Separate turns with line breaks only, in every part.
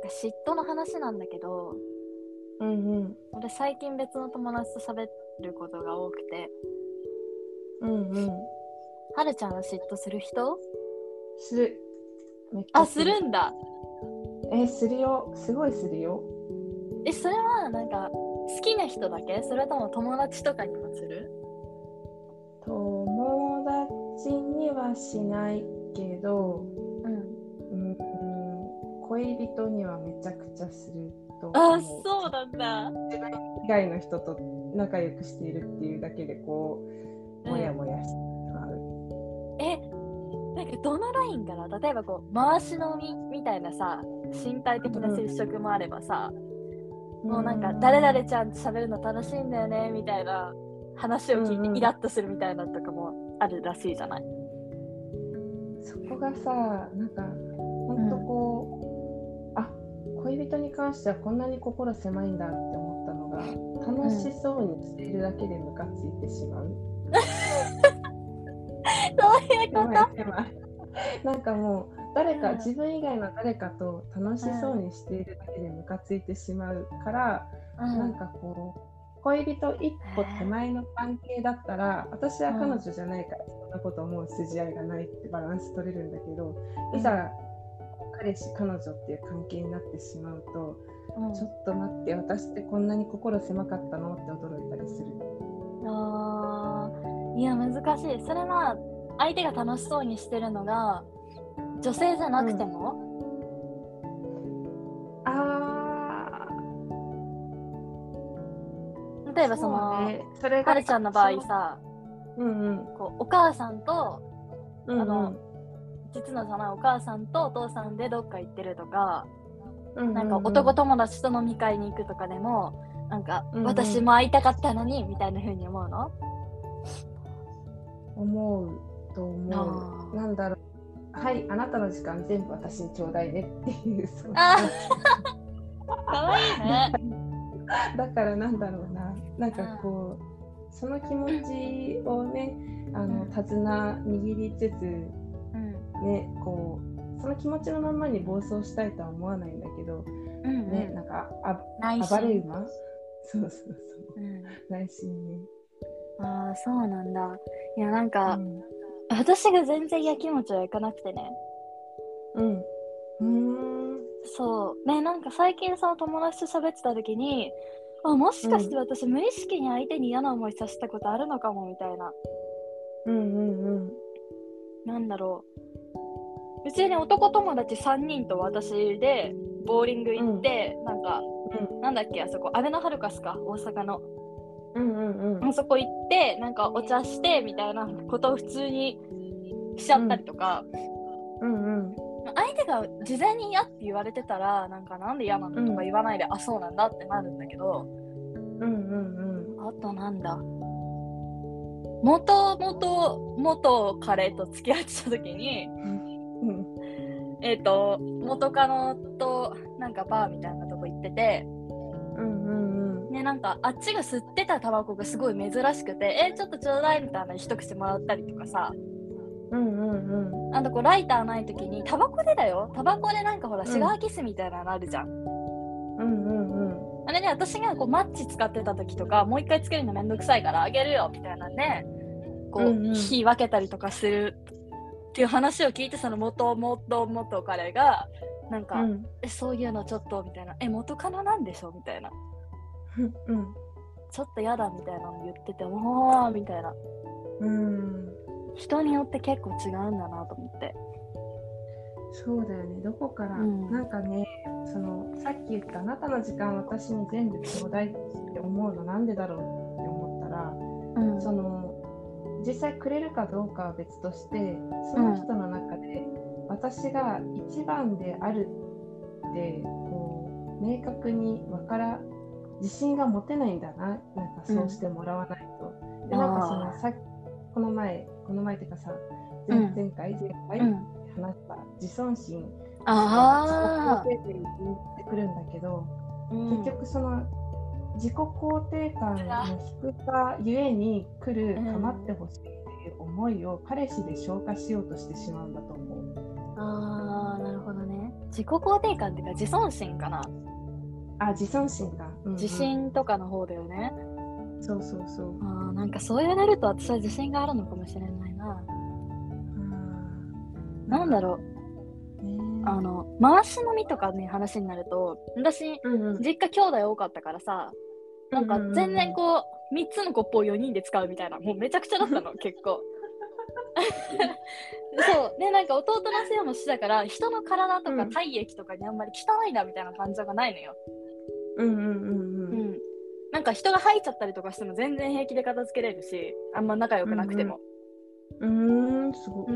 か嫉妬の話なんだけど
うんうん
俺最近別の友達と喋ることが多くて
うんうん
はるちゃんは嫉妬する人
するめっちゃ
あするんだ
えするよすごいするよ
えそれはなんか好きな人だけそれとも友達とかにもする
友達にはしないけど、
うん
うんうん、恋人にはめちゃくちゃすると
あ
思う
そうなんだ
自分以外の人と仲良くしているっていうだけでこうもやもやしてしまう、
えなんかどのラインから例えばこう回し飲みみたいなさ身体的な接触もあればさ、もうなんか誰々ちゃんと喋るの楽しいんだよねみたいな話を
うん
聞
う
い
ん
てイラッとするみたいなのとかもあるらしいじゃない、
そこがさなんかほんとこう、あ恋人に関してはこんなに心狭いんだって思ったのが楽しそうにしているだけでムカついてしまう。
そういうこ
や
と
ばいやばいなんかもう誰か、
うん
自分以外の誰かと楽しそうにしているだけでムカついてしまうから、
うん
なんかこう恋人一歩手前の関係だったら私は彼女じゃないからそんなこと思う筋合いがないってバランス取れるんだけどいざ彼氏彼女っていう関係になってしまうと
うん
ちょっと待って私ってこんなに心狭かったのって驚いたりする。
あーいや難しいそれは相手が楽しそうにしてるのが女性じゃなくても、
あ
例えばその
うねそれ
はるちゃんの場合さ
うんうん
こうお母さんと
うんうん
あの実の幼いお母さんとお父さんでどっか行ってるとか、なんか男友達と飲み会に行くとかでもなんか
うんうん
私も会いたかったのにみたいな風に思うの、
思うと思
あー
うなんだろうはいあなたの時間全部私にちょうだいねって いうそう
あかわいい ね
だからなんだろうななんかこうその気持ちをねあの
うん
手綱握りつつ
うん
ねこうその気持ちのまんまに暴走したいとは思わないんだけど
うん
ね
う
なんかあ
ん内
暴れ
心、
馬そうそうそう
うん、
内心ね
ああそうなんだいやなんか、
うん
私が全然やきもちはいかなくてね
うんうーん
そうねなんか最近その友達と喋ってた時にあもしかして私無意識に相手に嫌な思いさせたことあるのかもみたいな
うんうんうん
なんだろう普通に男友達3人と私でボーリング行って、なんか、
う
なんだっけあそこアベノハルカスか大阪の
うんうんうん
あそこ行ってなんかお茶してみたいなことを普通にしちゃったりとか、
うんうん
相手が事前に嫌って言われてたらなんかなんで嫌なのとか言わないで、あそうなんだってなるんだけど
うんうん
あとなんだ元々元彼と付き合ってた時に
うんうん
えっ、と元カノとなんかバーみたいなとこ行ってて
うんうんうん
ねなんかあっちが吸ってたタバコがすごい珍しくてえーちょっとちょうだいみたいな一口もらったりとかさ
うんうんうん
あとこうライターない時にタバコでだよタバコでなんかほら
うん
シガーキスみたいなのあるじゃん、
うんうん
あれね私がこうマッチ使ってた時とかもう一回つけるのめんどくさいからあげるよみたいなねこう、
うんうん
火分けたりとかするっていう話を聞いてその元元元彼がなんか、
うん
えそういうのちょっとみたいなえ元カノなんでしょみたいな
うん
ちょっとやだみたいなの言ってておおみたいな
うん
人によって結構違うんだなと思って
そうだよねどこから、
うん
なんかねそのさっき言ったあなたの時間私に全部ちょうだいって思うのなんでだろうって思ったら、
うん
その実際くれるかどうかは別としてその人の中で私が一番であるってこう明確に分から自信が持てないんだななんかそうしてもらわないと。でなんかそ
あ
の
ー
さこの前この前っていうかさ
う
前
ん
前回前回
うん
話した自尊心
ああ
自己肯定感にってくるんだけど、
うん
結局その自己肯定感の低さゆえに来る
うん
構ってほしいっていう思いを彼氏で消化しようとしてしまうんだと思う。
ああなるほどね自己肯定感っていうか自尊心かな、
あ自尊心か、うんうん
自信とかの方だよね
そうそうそう
あーなんかそう言われると私は自信があるのかもしれないななんだろ
うね
うあの回し飲みとかね話になると私
うんうん
実家兄弟多かったからさなんか全然こう3つのコップを4人で使うみたいなもうめちゃくちゃだ ったの結構 そうでなんか弟のせいもしてたから人の体と
う
か
ん
体液とかにあんまり汚いなみたいな感情がないのよ、
うんうんうんうん
うん、なんか人が入っちゃったりとかしても全然平気で片付けれるしあんま仲良くなくても、
うんうーんすごい
う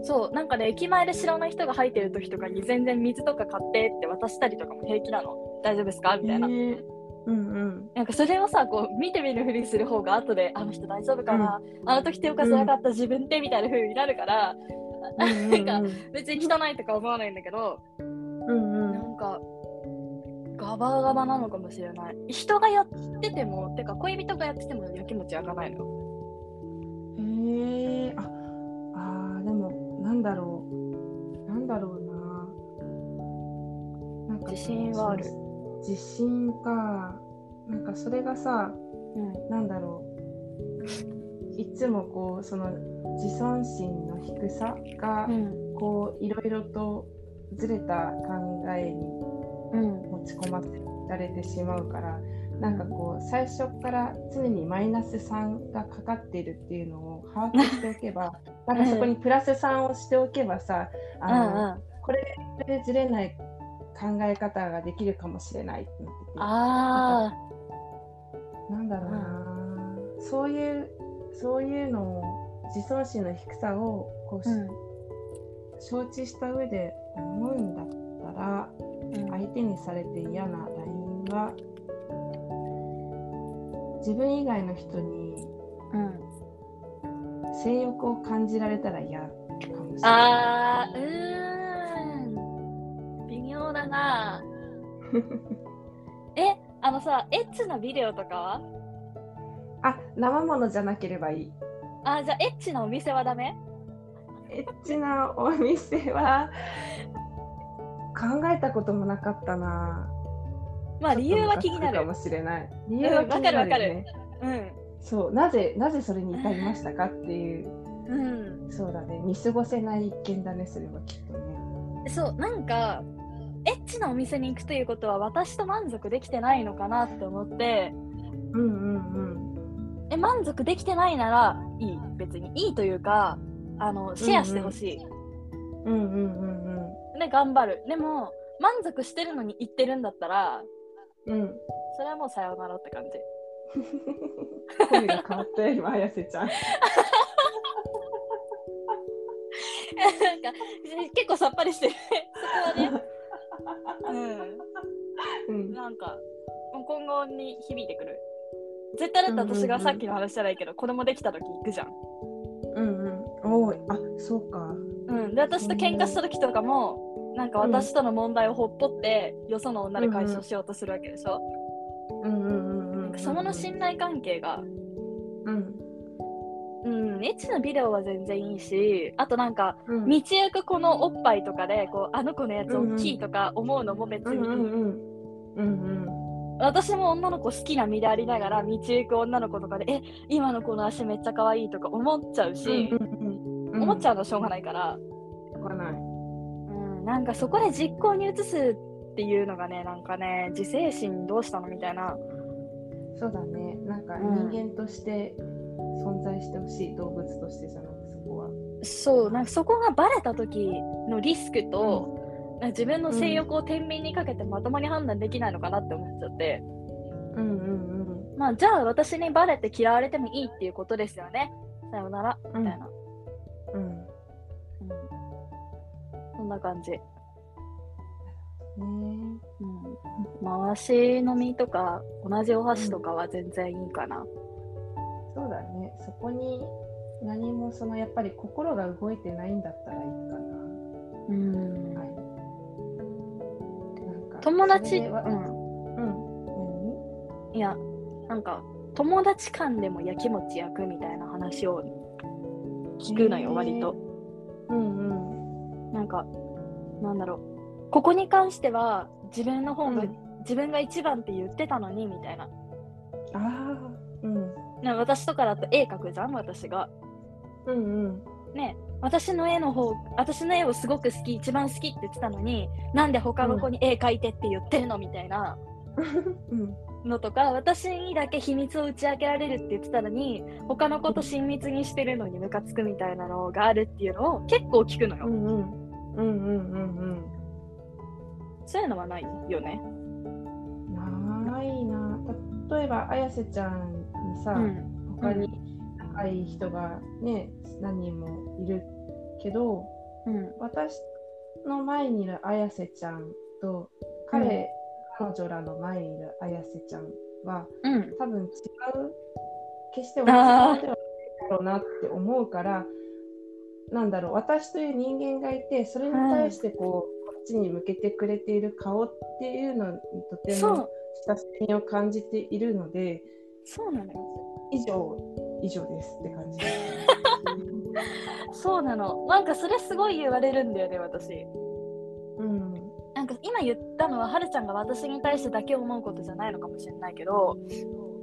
んそうなんかね駅前で知らない人が入ってる時とかに全然水とか買ってって渡したりとかも平気なの大丈夫ですかみたいな、
へーうんうん
なんかそれをさこう見て見ぬふりする方が後であの人大丈夫かな、あの時手を貸せなかった自分ってみたいな風になるから
うん
なん別に汚いとか思わないんだけど、
うんう
なんんかガバガバなのかもしれない人がやっててもてか恋人がやっててもやきもち焼かないのよ
へえああーでもなんだろうなんだろうななんか
自信はある
そう自信かなんかそれがさなんだろういつもこうその自尊心の低さが
うん
こういろいろとずれた考えに
うん
持ち込ませられてしまうからなんかこう最初から常にマイナス3がかかっているっていうのを把握しておけば なんかそこにプラス3をしておけばさ
う
あ
ん
のそれでずれない考え方ができるかもしれないってなってて
あ
なんだろうな、そういうそういうのを自尊心の低さをこう、
ーうん
承知した上で思うんだったら相手にされて嫌な LINE は自分以外の人に
うん
性欲を感じられたら嫌かもしれない。
あーうーん微妙だ なえあのさエッチなビデオとかは
あ生ものじゃなければいい。
あじゃあエッチなお店はダメ
エッチなお店は考えたこともなかったな。
まあ理由は気にな
ちょっとムカつくか
る
もしれない。理由は気になるよね。
うん
そうなぜなぜそれに至りましたかっていう
う
そうだね見過ごせない一見だねそれはきっとね。
んそうなんかエッチなお店に行くということは私と満足できてないのかなって思って
うんうん
え満足できてないならいい別にいいというかあのシェアしてほしい、
うんうんうんうんうん。
で頑張るでも満足してるのに行ってるんだったら
うん。
それはもうさようならって感じ
声が変わったよ、今、綾瀬ちゃん。
なんか結構さっぱりしてるそこはね、
うん
うん、。なんかもう今後に響いてくる絶対だって私がさっきの話じゃないけど、子供できた時行くじゃん、
うんうん。おーあ、そうか。
うん、で私と喧嘩した時とかもなんか私との問題をほっぽって、よその女で解消しようとするわけでしょ、
うんうんうんうん。
その信頼関係が
うん。
うんエッチなビデオは全然いいしあとなんか
うん。
道行くこのおっぱいとかでこうあの子のやつ大きいとか思うのも別
う
にいい、
んうんうん。うんうん。
私も女の子好きな身でありながら道行く女の子とかで「え今の子の足めっちゃ可愛いとか思っちゃうし、
うん。
思っちゃ
う
うのはしょうがないから、
ん。わかんない。
うん、なんかそこで実行に移すっていうのがねなんかね自制心どうしたのみたいな
そうだね。なんか
うん
人間として存在してほしい動物としてじゃなくそこは。
そうなんかそこがバレた時のリスクと、なんか自分の性欲を天秤にかけてまともに判断できないのかなって思っちゃって、
うんうん
まあじゃあ私にバレて嫌われてもいいっていうことですよねさよなら
う
み
ん
たいな、
う
う
ん。
んそんな感じ。
うん。ね
うん、回し飲みとか同じお箸とかは全然いいかな。
そうだね。そこに何もそのやっぱり心が動いてないんだったらいいかな。
うん
はいなんか
友達、
それはうん。
う
何
ん、いやなんか友達間でもやきもち焼くみたいな話を聞くのよ、
へー
割と。
うんうん。
なんかなんだろうここに関しては自分の方が、
うん
自分が一番って言ってたのにみたいな
ああ、うん。
な私とかだと絵描くじゃん私が
うんうん。
ね私の絵の方私の絵をすごく好き一番好きって言ってたのになんで他の子に絵描いてって言ってるのみたいな
うん。
のとか私にだけ秘密を打ち明けられるって言ってたのに他の子と親密にしてるのにムカつくみたいなのがあるっていうのを結構聞くのよ、
うんうん。うんうんうん
そういうのはないよね
うん。ないな。例えば、綾瀬ちゃんにさ、
うん
他に仲いい人がね、何人もいるけど、
うん
私の前にいる綾瀬ちゃんと、彼、彼女らの前にいる綾瀬ちゃんは、
うん
多分違う決して同じ顔ではないだろうなって思うからなんだろう私という人間がいてそれに対してこう、こっちに向けてくれている顔っていうのにとて
そ
も
う
親しみを感じているので
そうなのよ
以上以上ですって感じ。
そうなのなんかそれすごい言われるんだよね私
うん
なんか今言ったのははるちゃんが私に対してだけ思うことじゃないのかもしれないけど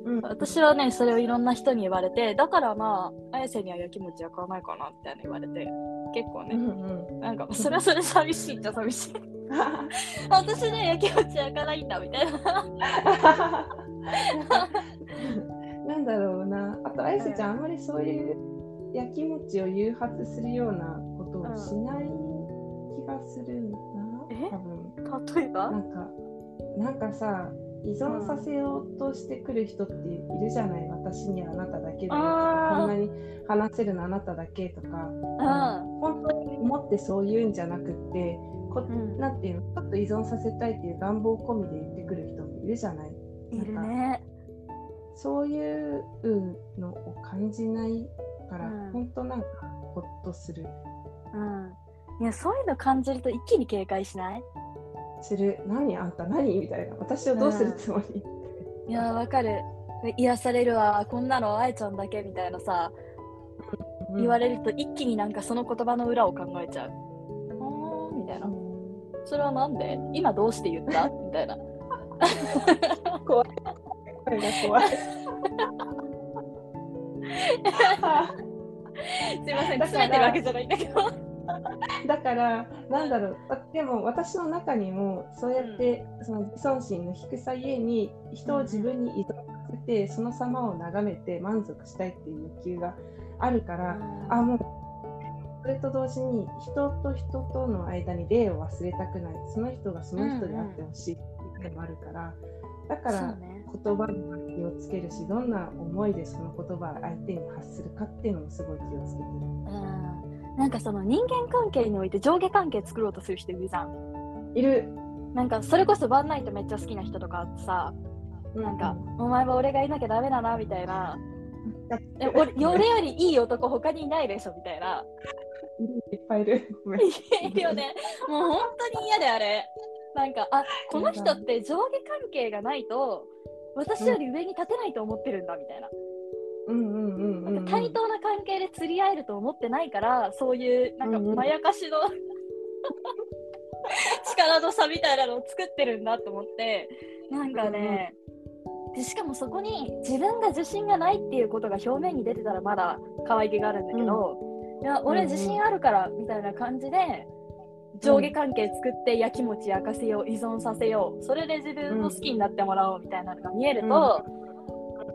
うん、
私はねそれをいろんな人に言われてだからまあ綾瀬にはやきもちは買わないかなみたいな言われて結構
う
ね、
ん うん、
なんかそれはそれで寂しいっちゃ寂しい 私ねやきもち焼かないんだみたいな
なんだろうなあと綾瀬ちゃんあんまりそういうやきもちを誘発するようなことをしない気がするな、
え
多分
例えば
なんかなんかさ依存させようとしてくる人っているじゃない、私にはあなただけだよと
あ
か
ー
こんなに話せるのあなただけとか
う
本当に思ってそう言うんじゃなくってこ、
うん
なんていうのちょっと依存させたいっていう願望込みで言ってくる人もいるじゃない
んいるね
そういうのを感じないから、
うん
本当なんかほっとする
うんいやそういうの感じると一気に警戒しない
する何あんた何みたいな私をどうするつもり、
いやーわかる癒されるわこんなのあえちゃんだけみたいなさ、言わ
れ
れると一気になんかその言葉の裏を考えちゃうあーみたいなそれはなんで今どうして言ったみたいな
怖い声が怖い
すいません
だから
詰めてるわけじゃないんだけど
だからなんだろうあでも私の中にもそうやって、その自尊心の低さゆえに人を自分に依存させて、その様を眺めて満足したいっていう欲求があるから、あもうそれと同時に人と人との間に例を忘れたくないその人がその人であってほしいっていうのもあるから、だか
そう
ら
ね
言葉には気をつけるしどんな思いでその言葉を相手に発するかっていうのもすごい気をつけて
うんなんかその人間関係において上下関係作ろうとする人いるじゃん
るいる、
なんかそれこそワンナイトめっちゃ好きな人とかあってさなんか「お前は俺がいなきゃダメだな」みたいな「え俺俺よりいい男他にいないでしょ」みたいな
いっぱいいるごめん
いるよねもう本当に嫌であれなんかあこの人って上下関係がないと私より上に立てないと思ってるんだみたいな
うんうんうんうん
なんか対等な関係で釣り合えると思ってないからそういうなんか
うんうん
まやか しの力の差みたいなのを作ってるんだと思ってなんかね、でしかもそこに自分が自信がないっていうことが表面に出てたらまだ可愛げがあるんだけど、いや俺自信あるからみたいな感じで。上下関係作ってやきもち焼かせよう依存させようそれで自分を好きになってもらおうみたいなのが見えると、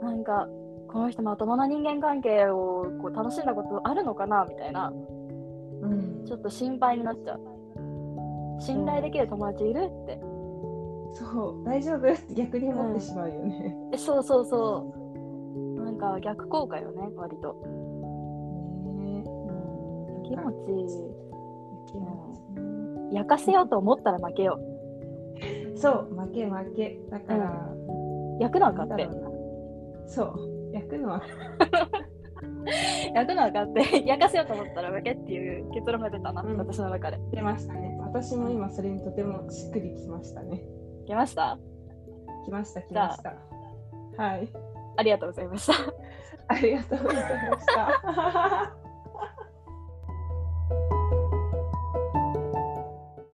なんかこの人まともな人間関係をこう楽しんだことあるのかなみたいな
うん
ちょっと心配になっちゃう信頼できる友達いるって
そう大丈夫って逆に思ってしまうよね、
えそうそうそうなんか逆効果よね割と
ねえ
気持
気持ちね
ち焼かせようと思ったら負けよ
そう負け負けだから、
う焼くのは
な
勝
んだ
手
ろうなそう焼くのは
焼くのは勝手 焼かせようと思ったら負けっていう結論が出たな、
うん
私の中で
出ましたね私も今それにとてもしっくりきましたね
来ました
きましたき
じゃ
ま
あ
したはい
ありがとうございました
ありがとうございました